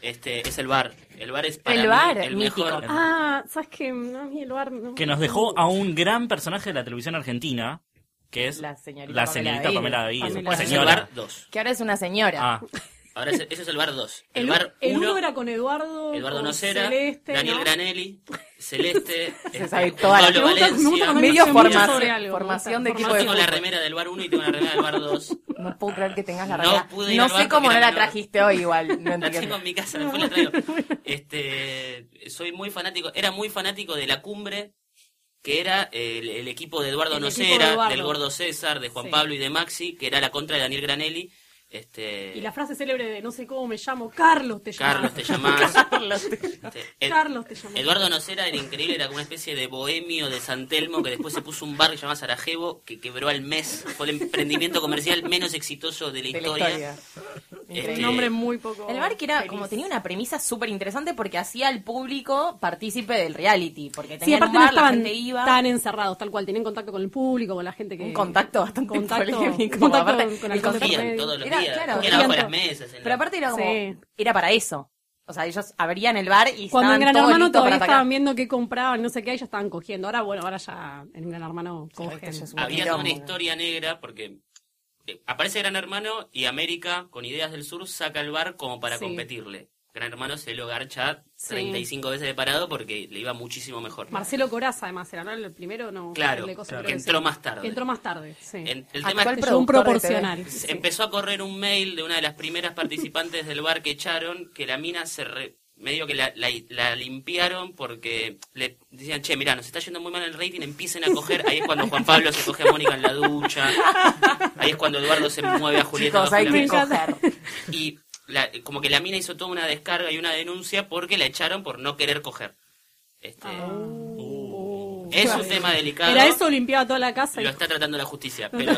Este, es el bar. El bar es para El mí bar, el mítico. mejor. Ah, sabes que no, a mí el bar no- Que nos dejó a un gran personaje de la televisión argentina, que es La la señorita señorita, Pamela David. Pamela David. Pamela Bueno, es el señora. bar 2. Que ahora es una señora. Ah, Ahora es- eso es el bar 2. El, El, bar el 1 uno era con Eduardo, Eduardo con Nocera, Celeste, Daniel ¿no? Granelli, Celeste, este, sabe toda la- Pablo Me gusta- me gusta Valencia. cuando Medio me formación, mucho sobre algo, me formación gusta. de equipo Yo de tengo la fútbol. remera del bar 1 y tengo la remera del bar 2. No puedo creer que tengas la No realidad. pude ir al sé bar cómo porque no la era menor. trajiste hoy igual. No La tengo entiendo. en mi casa, después la traigo. Este, soy muy fanático, era muy fanático de la cumbre, que era el, el equipo de Eduardo El equipo de Nocera, Eduardo. del Gordo César, de Juan Sí. Pablo y de Maxi, que era la contra de Daniel Granelli. Este, Y la frase célebre de no sé cómo me llamo, Carlos te llamás. Carlos te llamás. Este, Ed- Carlos te llamás. Eduardo Nocera era increíble, era como una especie de bohemio de San Telmo que después se puso un bar que se llamaba Sarajevo, que quebró al mes. Fue el emprendimiento comercial menos exitoso de la De la historia. historia. Este, Un nombre muy poco. El bar que era feliz. como tenía una premisa súper interesante porque hacía al público partícipe del reality. Porque Sí, tenían un aparte no bar, la estaban gente iba. tan encerrados, tal cual. Tenían contacto con el público, con la gente que. Un contacto bastante contacto, polémico. contacto Aparte, con el alcohol de por contacto- Cogían medio. todos los Era, días, claro, cogían abajo de cogían las mesas. en Pero la- aparte era como. Sí. Era para eso. O sea, ellos abrían el bar y Cuando en estaban Gran todos Hermano listos todavía para atacar. estaban viendo qué compraban, no sé qué, y ya estaban cogiendo. Ahora, bueno, ahora ya en Gran Hermano cogen. esto ya es un- Había toda una quilombo. historia negra porque eh, aparece Gran Hermano y América con ideas del sur saca el bar como para Sí. competirle. Gran Hermano se lo garcha Sí. 35 veces de parado porque le iba muchísimo mejor. Marcelo Coraza, además, era ¿no? el primero, no. Claro, el de cosas, claro, creo que sí. entró más tarde. Entró más tarde, sí. En- el tema Actual es que Llegó un productor de TV. proporcional. sí. se empezó a correr un mail de una de las primeras participantes del bar que echaron que la mina se re- medio que la, la- la limpiaron porque le decían, che, mirá, nos está yendo muy mal el rating, empiecen a coger. Ahí es cuando Juan Pablo se coge a Mónica en la ducha. Ahí es cuando Eduardo se mueve a Julieta. Chicos, bajo hay la que mesa. coger. Y la- como que la mina hizo toda una descarga y una denuncia porque la echaron por no querer coger. Este, Ah. es un tema delicado. Era eso, limpiaba toda la casa. y- Lo está tratando la justicia, pero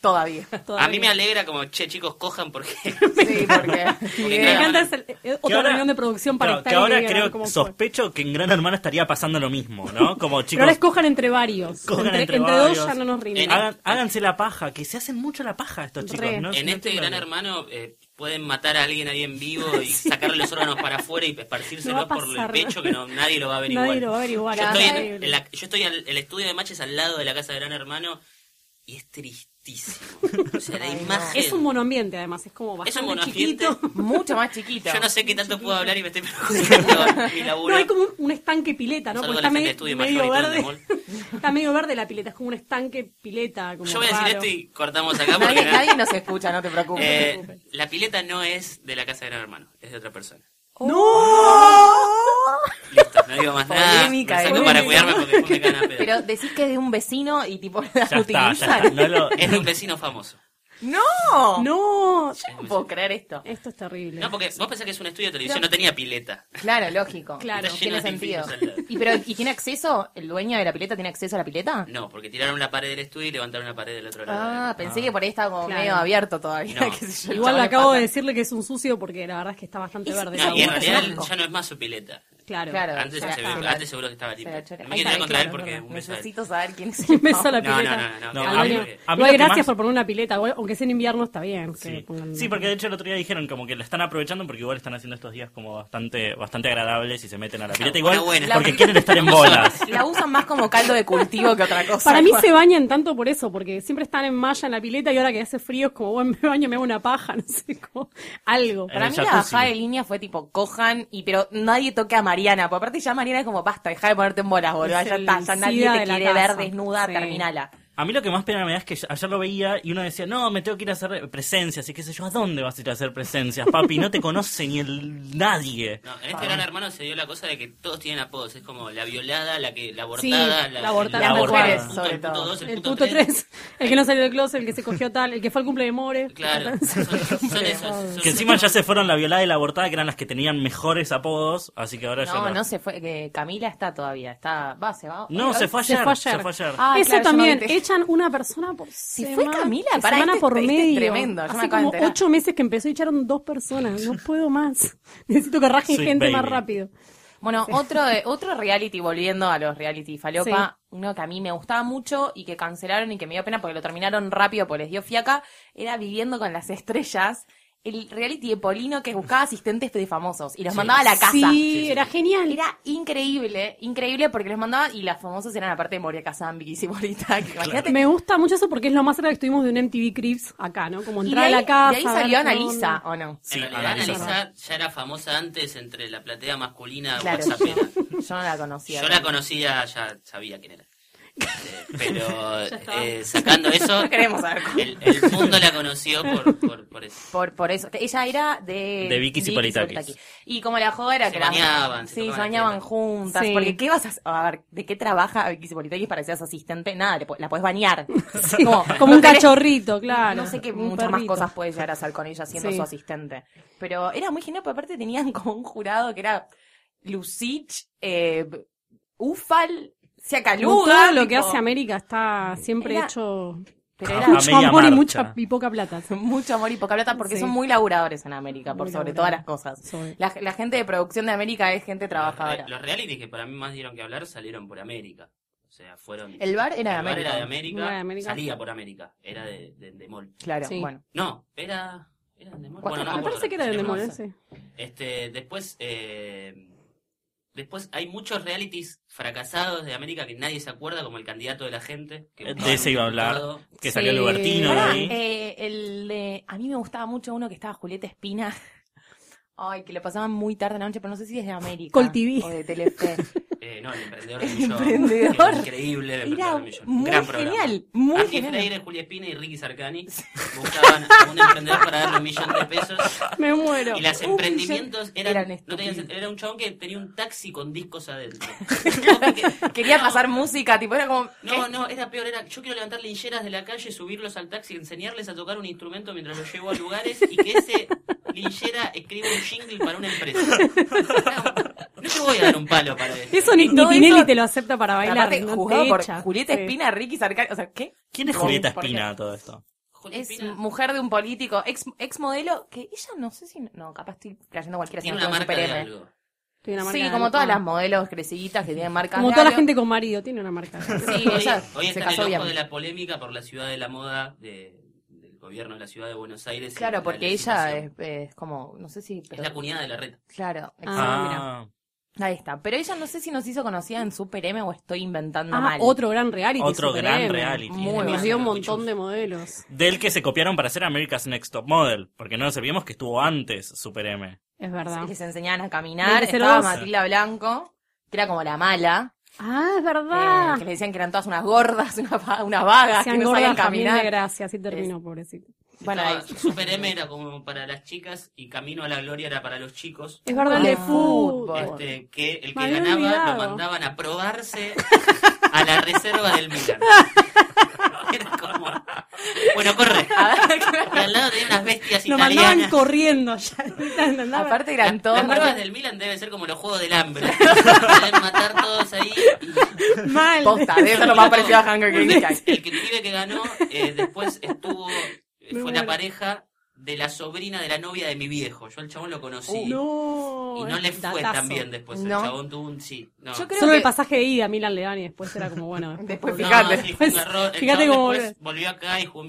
Todavía. todavía. a mí me alegra como, che, chicos, cojan porque... Sí, porque. Me Claro. encanta ese- eh, que otra ahora- reunión de producción claro, para estar que y ahora digan creo, cómo fue. sospecho que en Gran Hermano estaría pasando lo mismo, ¿no? Como Pero chicos, ahora escojan entre varios. cojan entre, entre entre varios. dos ya no nos rinden. Hagan- háganse la paja, que se hacen mucho la paja estos chicos. Re. ¿no? En No este entiendo. gran hermano eh, pueden matar a alguien ahí en vivo y sacarle los órganos para afuera y No esparcírselos va a por el pasar. pecho que no, nadie lo va a averiguar. Nadie lo va a averiguar. Yo ah, estoy, en, increíble. en la- yo estoy al, el estudio de Maches al lado de la casa de Gran Hermano y es tristísimo. O sea, la imagen... Es un monoambiente, además. Es como Es bastante un monoambiente. chiquito. Mucho más chiquita. Yo no sé qué tanto puedo hablar y me estoy perjudicando mi laburo. No, hay como un, un estanque pileta, ¿no? Salgo Porque de está la gente de medio, medio estudio mayor y todo el verde. Está medio verde la pileta, es como un estanque pileta. Como Yo voy a decir raro. esto y cortamos acá porque... Nadie, nadie nos escucha, no te preocupes. Eh, la pileta no es de la casa de Gran Hermano, es de otra persona. ¡No! Listo, no digo más nada. Me Polémica, saco eh. para cuidarme porque después me caen a pedo. Pero decís que es de un vecino y tipo la Ya está, ya utilizan. está. No lo- Es de un vecino famoso. ¡No! No, Yo no puedo creer esto. esto es terrible. No, porque vos pensás que es un estudio de televisión, no tenía pileta. Claro, lógico. Claro. Está tiene lleno de sentido. edificios al lado. ¿Y, pero, ¿Y tiene acceso? ¿El dueño de la pileta tiene acceso a la pileta? No, porque tiraron la pared del estudio y levantaron la pared del otro lado. Ah, pensé que por ahí estaba como Claro. medio abierto todavía. No. qué sé yo, el Igual chabón acabo le de pasa. decirle que es un sucio porque la verdad es que está bastante Es- verde. no, la No, y en agua. bueno, realidad es loco. ya no es más su pileta. Claro. Claro. Antes, se la- se- se la- antes seguro que estaba limpia. se la- No me Ay, quiero para, contra él claro, porque no, un beso a él. Necesito saber quién es Un el beso a la No, pileta. no, no, no, no, Al a dueño. mí- a mí Igual lo que gracias más- por poner una pileta, igual- aunque sea en invierno está bien. que Sí. pongan- Sí, porque de hecho el otro día dijeron como que la están aprovechando porque igual están haciendo estos días como bastante bastante agradables y se meten a la pileta igual una buena. porque La- quieren estar en bolas. La usan más como caldo de cultivo que otra cosa. Para mí Igual. se bañan tanto por eso, porque siempre están en malla en la pileta y ahora que hace frío es como, bueno, me baño, me hago una paja, no sé, como algo. En Para el mí la jacuzzi. bajada de línea fue tipo, cojan, y pero nadie toque a Mariana, porque aparte ya Mariana es como, basta, deja de ponerte en bolas, boludo, Es ya el está, ya nadie sida te de la quiere ver casa. desnuda, Sí. terminala. A mí lo que más pena me da es que ayer lo veía y uno decía, no, me tengo que ir a hacer presencias y qué sé yo, ¿a dónde vas a ir a hacer presencias, papi? No te conoce ni el nadie. No, en este gran hermano se dio la cosa de que todos tienen apodos. Es como la violada, la que la Sí, abortada, la, la abortada, la las abortada, mujeres, el sobre puto, el puto todo. dos, El puto 3, el que no salió del closet, el que se cogió tal, el que fue al cumple de More. Claro, son, son esos. son- Que encima ya se fueron la violada y la abortada, que eran las que tenían mejores apodos, así que ahora ya No, no se fue, que Camila está todavía, está, va, se va. No, se fue Se ayer. fue Se ayer. fue ayer. Ah, eso claro, yo no también, vi- echen echan una persona por Si semana. fue Camila, pará, semana este- por este es medio. tremendo, yo me acabo Hace de como enterar. ocho meses que empezó y echaron dos personas. No puedo más. Necesito que rajen Sweet gente más baby. rápido. Bueno, otro, de- otro reality, volviendo a los reality falopa, uno que a mí me gustaba mucho y que cancelaron y que me dio pena porque lo terminaron rápido porque les dio fiaca, era Viviendo con las Estrellas, el reality de Polino que buscaba asistentes de famosos y los mandaba a la casa. Sí, era genial. Era increíble, increíble porque los mandaba y las famosas eran aparte de Moria Kazan, Vicky Cipolita, que imagínate. Me gusta mucho eso porque es lo más cerca que estuvimos de un MTV Crips acá, ¿no? Como Y entrar de ahí, a la casa. de ahí ver salió qué Analisa, onda. ¿o no? Sí, en realidad, analiza. Analisa ya era famosa antes entre la platea masculina Claro, yo, whatsappera. yo no la conocía. Yo la conocía, ya sabía quién era. Eh, Pero estaba. eh, sacando eso, No queremos saber cómo. el, el mundo la conoció por, por, por eso. Por, por eso. Ella era de. De Vicky Zipolitakis. Zipolitakis. Y como la joda era Se que las- bañaban, se Sí, se tocaban bañaban las tetas. juntas. Sí. Porque, ¿qué vas a hacer? A ver, ¿de qué trabaja Vicky Zipolitakis para que seas asistente? Nada, le po- la puedes bañar. Como, Como un no tenés- cachorrito, claro. No sé qué Un muchas más perrito. cosas puede llegar a hacer con ella siendo Sí. su asistente. Pero era muy genial, porque aparte tenían como un jurado que era Lucich, eh, Ufal, Como Siacaluga. Todo lo que tipo, hace América está siempre Era- hecho Pero A- era a mucho media amor y marcha. mucha y poca plata. mucho amor y poca plata porque Sí. son muy laburadores en América, por Muy sobre laburadores. todas las cosas. Sobre- La, la gente de producción de América es gente trabajadora. Los, realities que para mí más dieron que hablar salieron por América. O sea, fueron. El bar era de el bar América. era de América, Era de América. Salía por América. Era de, de, de Mol. Claro, Sí. bueno. No, era. Era de Bueno, Mol. Bueno, no me me acuerdo. parece que era Se de llamaba Demol, así. ese. Este, después, eh, después hay muchos realities fracasados de América que nadie se acuerda, como el candidato de la gente. Que De buscaba ese iba a hablar. diputado. Que salió Sí. Lubertino de Pará, ahí. eh, el de- a mí me gustaba mucho uno que estaba Julieta Espina. Ay, que lo pasaban muy tarde en la noche, pero no sé si es de América. Col TV. O de Telefe. Eh, no, el emprendedor El del millón. emprendedor. Era Increíble, el emprendedor Era del millón. muy Gran programa. genial, muy Andy genial. Freire, Julia Espina y Ricky Sarcani buscaban a un emprendedor para darle un millón de pesos. Me muero. Y los un emprendimientos millón eran, eran no tenían- estúpidos. era un chabón que tenía un taxi con discos adentro. Quería No. pasar música, tipo, era como... No, no, era peor, era yo quiero levantar lincheras de la calle, subirlos al taxi, enseñarles a tocar un instrumento mientras los llevo a lugares y que ese linchera escriba un jingle para una empresa. No, no te voy a dar un palo para eso. Eso ni, Y todo ni Tinelli eso- te lo acepta para bailar. Aparte, no juzgado te por echa. Julieta Sí. Espina, Ricky Sarcari, o sea, ¿qué? ¿Quién es Con- Julieta porque Espina a todo esto? Julia Es Espina mujer de un político, ex, ex modelo, que ella no sé si... No, capaz estoy trayendo cualquiera. tiene sino una todo marca de Super M. algo. Tiene una marca Sí, de como algo. todas Ah. las modelos creciditas que tienen marcas Como de toda la algo. gente con marido tiene una marca. de algo. Sí, Hoy, ella hoy se está en casó el bien. ojo de la polémica por la ciudad de la moda de- del gobierno de la ciudad de Buenos Aires. y Claro, la porque ella es, legislación. es como, no sé si... es pero- la cuñada de la red. Claro, exacto, Ah, mira. ahí está. Pero ella no sé si nos hizo conocida en Super M o estoy inventando Ah, mal. otro gran reality. otro Super gran M. reality. Muy Nos bueno. dio un montón de modelos. Del que se copiaron para hacer America's Next Top Model. Porque no nos olvidemos que estuvo antes Super M. Es verdad. Les enseñaban a caminar, Del que se estaba los- Matilda Blanco, que era como la mala, Ah, es eh, verdad. que le decían que eran todas unas gordas, unas, va- unas vagas, Sean que no gordas sabían también de caminar. gracia. Así terminó, pobrecito. Bueno, Estaba- ahí- Super M era como para las chicas y Camino a la Gloria era para los chicos. Es verdad, el de Ah. fútbol. Fútbol. Este, que el Me que había ganaba olvidado. lo mandaban a probarse a la reserva del Milan. Era como, bueno, corre. Y al lado tenía unas bestias Lo mandaban italianas. corriendo allá. Andaba- Aparte Las- eran todas Las pruebas del Milan deben ser como los juegos del hambre. Deben matar todos ahí. y- mal. Posta, debe ser lo más parecido a Hunger Games que hay. El que pibe que ganó eh, después estuvo Me fue la muero. pareja de la sobrina de la novia de mi viejo. Yo el chabón lo conocí. Oh, No. Y no le fue datazo. tan bien después. El No. chabón tuvo un sí. No. Yo creo Solo que- el pasaje de ida a Milan le dan y después era como, bueno. Después No, fíjate. sí, fue un Después, error. El fíjate chabón cómo después volvió acá y jugó un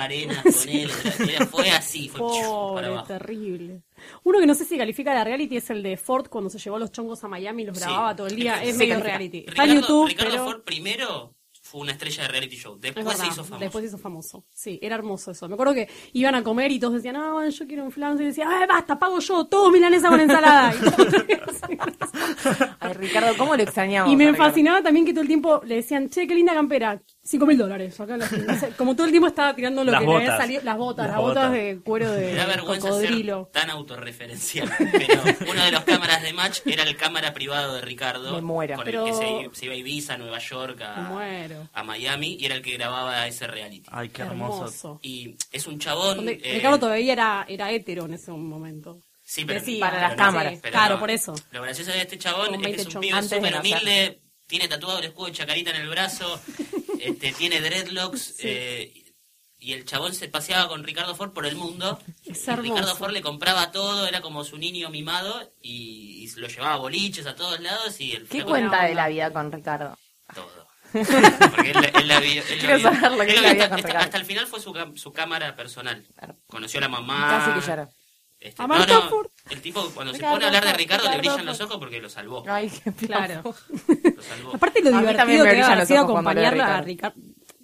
Arenas con él. Era- fue así, fue chuf, para Pobre, abajo. terrible. Uno que no sé si califica la reality es el de Ford cuando se llevó a los chongos a Miami y los Sí. grababa todo el día. Sí, Es sí, medio califica. reality. Está Ricardo, en YouTube, Ricardo pero Ford primero fue una estrella de reality show. es Después verdad, se hizo famoso. después se hizo famoso. Sí, era hermoso eso. Me acuerdo que iban a comer y todos decían, no, yo quiero un flan. Y decía, "Ay, basta, pago yo, todos milanesa con ensalada. Y Ay, Ricardo, ¿cómo lo extrañamos? Y a me Ricardo? fascinaba también que todo el tiempo le decían, che, qué linda campera, 5 mil dólares. acá en la tienda. O sea, Como todo el tiempo estaba tirando lo Las que le había botas. salido, las botas, Las las botas botas. de cuero Me da de vergüenza cocodrilo. ser tan autorreferencial. Pero uno de los cámaras de match era el cámara privado de Ricardo. Me muero. Con Pero- el que se, se iba a Ibiza, a Nueva York, Me a, muero. a Miami. Y era el que grababa ese reality. Ay, qué hermoso. Hermoso. Y es un chabón. Donde eh, Ricardo todavía era, era hétero en ese momento. Sí, pero, Decía, para las pero cámaras. pero Claro, por eso. Lo gracioso de este chabón Con es que 20 es un chon- pibe antes de súper nacer. humilde, tiene tatuado el escudo de chacarita en el brazo, este, tiene dreadlocks eh, y el chabón se paseaba con Ricardo Ford por el mundo. Es Y Ricardo hermoso. Ford le compraba todo, era como su niño mimado y, y lo llevaba a boliches a todos lados y el ¿Qué flaco cuenta onda. de la vida con Ricardo? todo. Porque él, la- él la vio- él la Quiero vio. saber lo que Él es lo la vio vida hasta, con hasta- Ricardo. hasta el final fue su, cam- su cámara personal. Conoció a la mamá. Casi que lloro. Este, A no, Marta no, Ford. el tipo cuando se Ricardo pone a hablar de Ford, Ricardo, Ricardo le brillan Ford. los ojos porque lo salvó. Ay, qué Claro. piropo. Lo salvó. Aparte lo A mí también divertido me que brillan era los sido ojos cuando leo acompañarlo a Ricardo.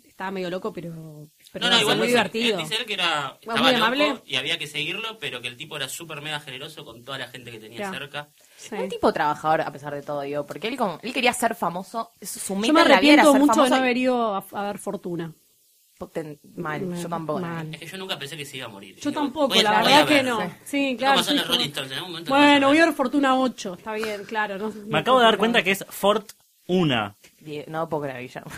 Estaba medio loco, pero, pero No, no, era igual muy dice- él divertido. dice él que era Muy estaba amable. loco y había que seguirlo, pero que el tipo era súper mega generoso con toda la gente que tenía Claro. cerca. Sí. Un tipo trabajador, a pesar de todo, digo, porque él, como- él quería ser famoso. Eso, su meta Yo me en la vida era arrepiento ser mucho de famoso. no haber ido a, a ver Fortuna. Poten- Mal, Me- yo tampoco. mal. Es que yo nunca pensé que se iba a morir. Yo Digo, tampoco, Eh, voy a- la voy a verdad que ver. no. Como Sí, claro. pasan sí, los como- Rolling Stones, en algún momento bueno, voy lo a vas ver Fortuna 8, está bien, claro. no- Me acabo de dar cuenta que es Fort Una. Die- eh, No puedo creer, Guillermo.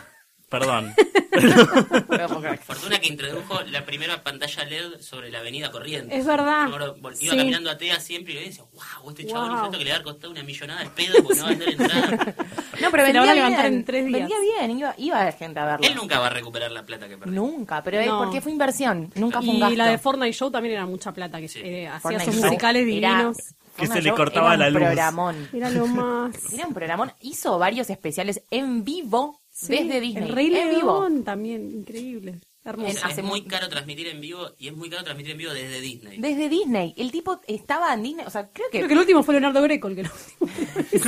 Perdón. No puedo ver. creer. Fortuna que introdujo la primera pantalla LED sobre la avenida corriente. Es verdad. Iba Sí. caminando a TEA siempre y le decía, wow, este chabón Guau. hizo esto que le va a costar una millonada de pedo porque no va a vender entrada. No, pero Se vendía la van a bien. levantar en tres días. Vendía bien, iba, iba gente a verlo. Él nunca va a recuperar la plata que perdió. Nunca, pero es No. porque fue inversión. Nunca fue un gasto. Y la de Fortnite Show también era mucha plata, que Sí. eh, hacía Fortnite sus Show musicales era- divinos. Que Fortnite se le Show cortaba era un la luz. Programón. Era lo más. Era un programón. Hizo varios especiales en vivo desde Disney. El Rey en vivo. León también, increíble. Es, Hermoso. hace es muy caro transmitir en vivo y es muy caro transmitir en vivo desde Disney. Desde Disney. El tipo estaba en Disney. O sea, creo que. Creo que el último fue Leonardo Greco, el que lo-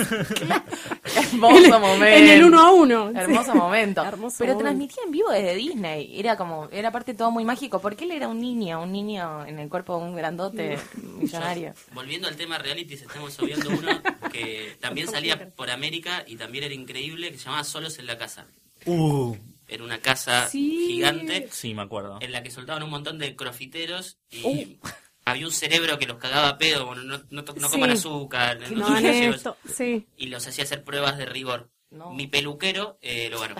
Hermoso en el- momento. en el uno a uno. Hermoso Sí. momento. Hermoso Pero momento. transmitía en vivo desde Disney. Era como, era aparte todo muy mágico. Porque él era un niño, un niño en el cuerpo de un grandote millonario. Volviendo al tema realities, estamos viendo uno que también salía por América y también era increíble, que se llamaba Solos en la Casa. Uh, Eh, Era una casa Sí. gigante sí, me acuerdo. en la que soltaban un montón de crofiteros y Uh. había un cerebro que los cagaba a pedo, bueno, no, no, to- no Sí. coman azúcar, no, No, son en ácidos, esto. Sí. y los hacía hacer pruebas de rigor. No. Mi peluquero eh, lo ganó.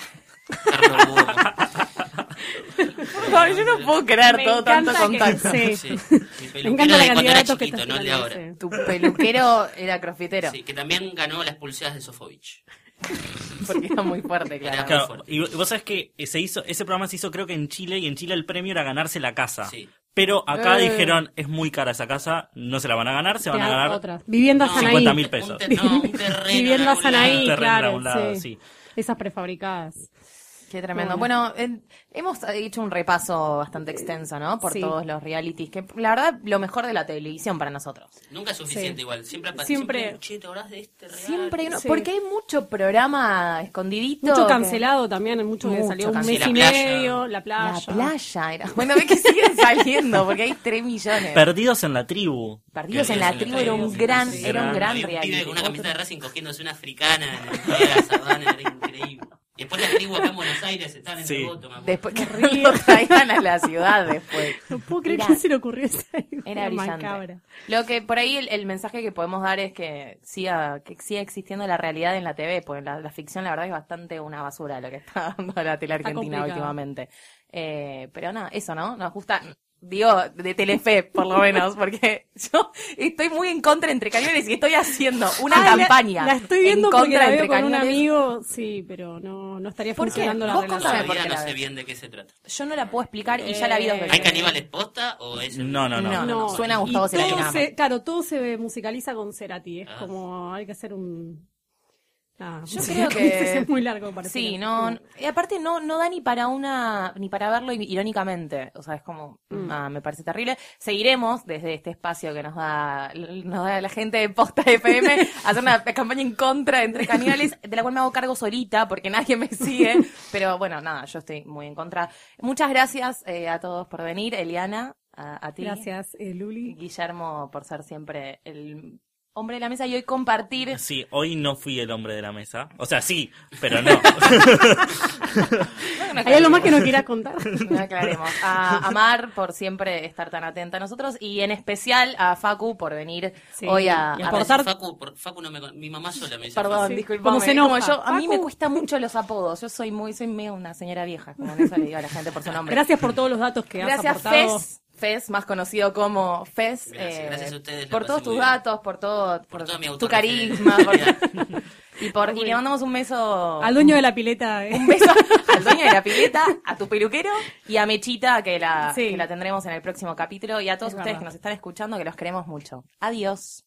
Carlos Lugo. yo no puedo creer Me todo tanto encanta que- contacto. sí. Sí, mi Me peluquero encanta la de cuando cantidad de era datos que chiquito, estás no el de tirando, ahora. sí. Tu peluquero era crofitero. Sí, que también ganó las pulseras de Sofovich. Porque era muy fuerte, Era claro. muy Claro, fuerte. y vo- vos sabés que se hizo, ese programa se hizo creo que en Chile y en Chile el premio era ganarse la casa. Sí. Pero acá Eh. dijeron, es muy cara esa casa, no se la van a ganar, se van a Te ganar hago otras. Viviendas No, Anaí. 50 mil Un pesos. ter- no, un terreno. Viviendas en algún lado. Anaí, Un terreno en claro. algún lado, sí. sí. Esas prefabricadas. Qué tremendo. Bueno, eh, hemos hecho un repaso bastante extenso, ¿no? Por Sí. todos los realities. Que la verdad, lo mejor de la televisión para nosotros. Nunca es suficiente Sí. igual. Siempre aparece. Siempre- che, ¿te acordás de este regalo? Siempre hay uno- Sí. Porque hay mucho programa escondidito. Mucho que- cancelado también, mucho, que Mucho salió un mes cancelado. y La playa. medio, la playa. La playa era. Bueno, ve que siguen saliendo, porque hay 3 millones. Perdidos en la tribu. Perdidos en la tribu era un gran, era un gran Había pibe con una reality. camiseta de Racing cogiéndose una africana en el medio de la sabana, era increíble. Y después la tribu acá en Buenos Aires estaban en Sí. Devoto, me acuerdo. Después que lo traían a la ciudad después. No puedo creer Era- que se le ocurrió esa idea Era brillante. macabra. Lo que por ahí el, el mensaje que podemos dar es que siga, que siga existiendo la realidad en la TV, porque la, la ficción la verdad es bastante una basura lo que está dando la tele Está argentina complicado. últimamente. Eh, pero nada, eso, ¿no? Nos gusta, digo, de Telefe por lo menos, porque yo estoy muy en contra de entre cañones y estoy haciendo una Ah, la- campaña. La, estoy viendo en porque contra la de veo entre con un cañones. amigo, sí, pero no, no estaría ¿Por qué? funcionando la Vos relación. contame Todavía por qué la no sé ves. bien de qué se trata. Yo no la puedo explicar y ya la vi dos veces. ¿Hay caníbales posta o es.? No, no, no. No, no, suena a y Gustavo todo Cerati nada se- más. Claro, todo se musicaliza con Cerati. Es Ah. como, hay que hacer un... nada, Yo musicaliza, creo que- Es muy largo para Sí, no, Uh. no- y aparte no, no da ni para una, ni para verlo i- irónicamente, o sea, es como, Mm. ah, me parece terrible. Seguiremos desde este espacio que nos da, nos da la gente de Posta FM a hacer una campaña en contra de entre caníbales, de la cual me hago cargo solita porque nadie me sigue, pero bueno, nada, yo estoy muy en contra. Muchas gracias eh, a todos por venir, Eliana, a, a ti. Gracias, eh, Luli. Guillermo por ser siempre el hombre de la mesa y hoy compartir Sí, hoy no fui el hombre de la mesa. O sea, sí, pero no. ¿Hay algo más que no quieras contar? No aclaremos. A, a Mar por siempre estar tan atenta a nosotros y en especial a Facu por venir Sí, hoy a, y a- aportar. cortar- Facu, por- Facu no me con- Mi mamá sola me dice. Perdón, Facu. Sí, disculpame. como se Como enoja. yo- a mí Facu. me cuesta mucho los apodos. Yo soy muy, soy medio una señora vieja, como en eso le digo a la gente por su nombre. Gracias por todos los datos que has Gracias aportado. Fez Fez, más conocido como Fez, Gracias, eh, gracias a ustedes, la por pasé todos muy tus bien. datos, por todo, Por por, toda mi tu autorreferencia. carisma, por- y, por, y le mandamos un beso, Al dueño de la pileta. eh. un beso al dueño de la pileta, a tu peluquero y a Mechita que la, Sí. que la tendremos en el próximo capítulo y a todos Es ustedes verdad. que nos están escuchando que los queremos mucho. Adiós.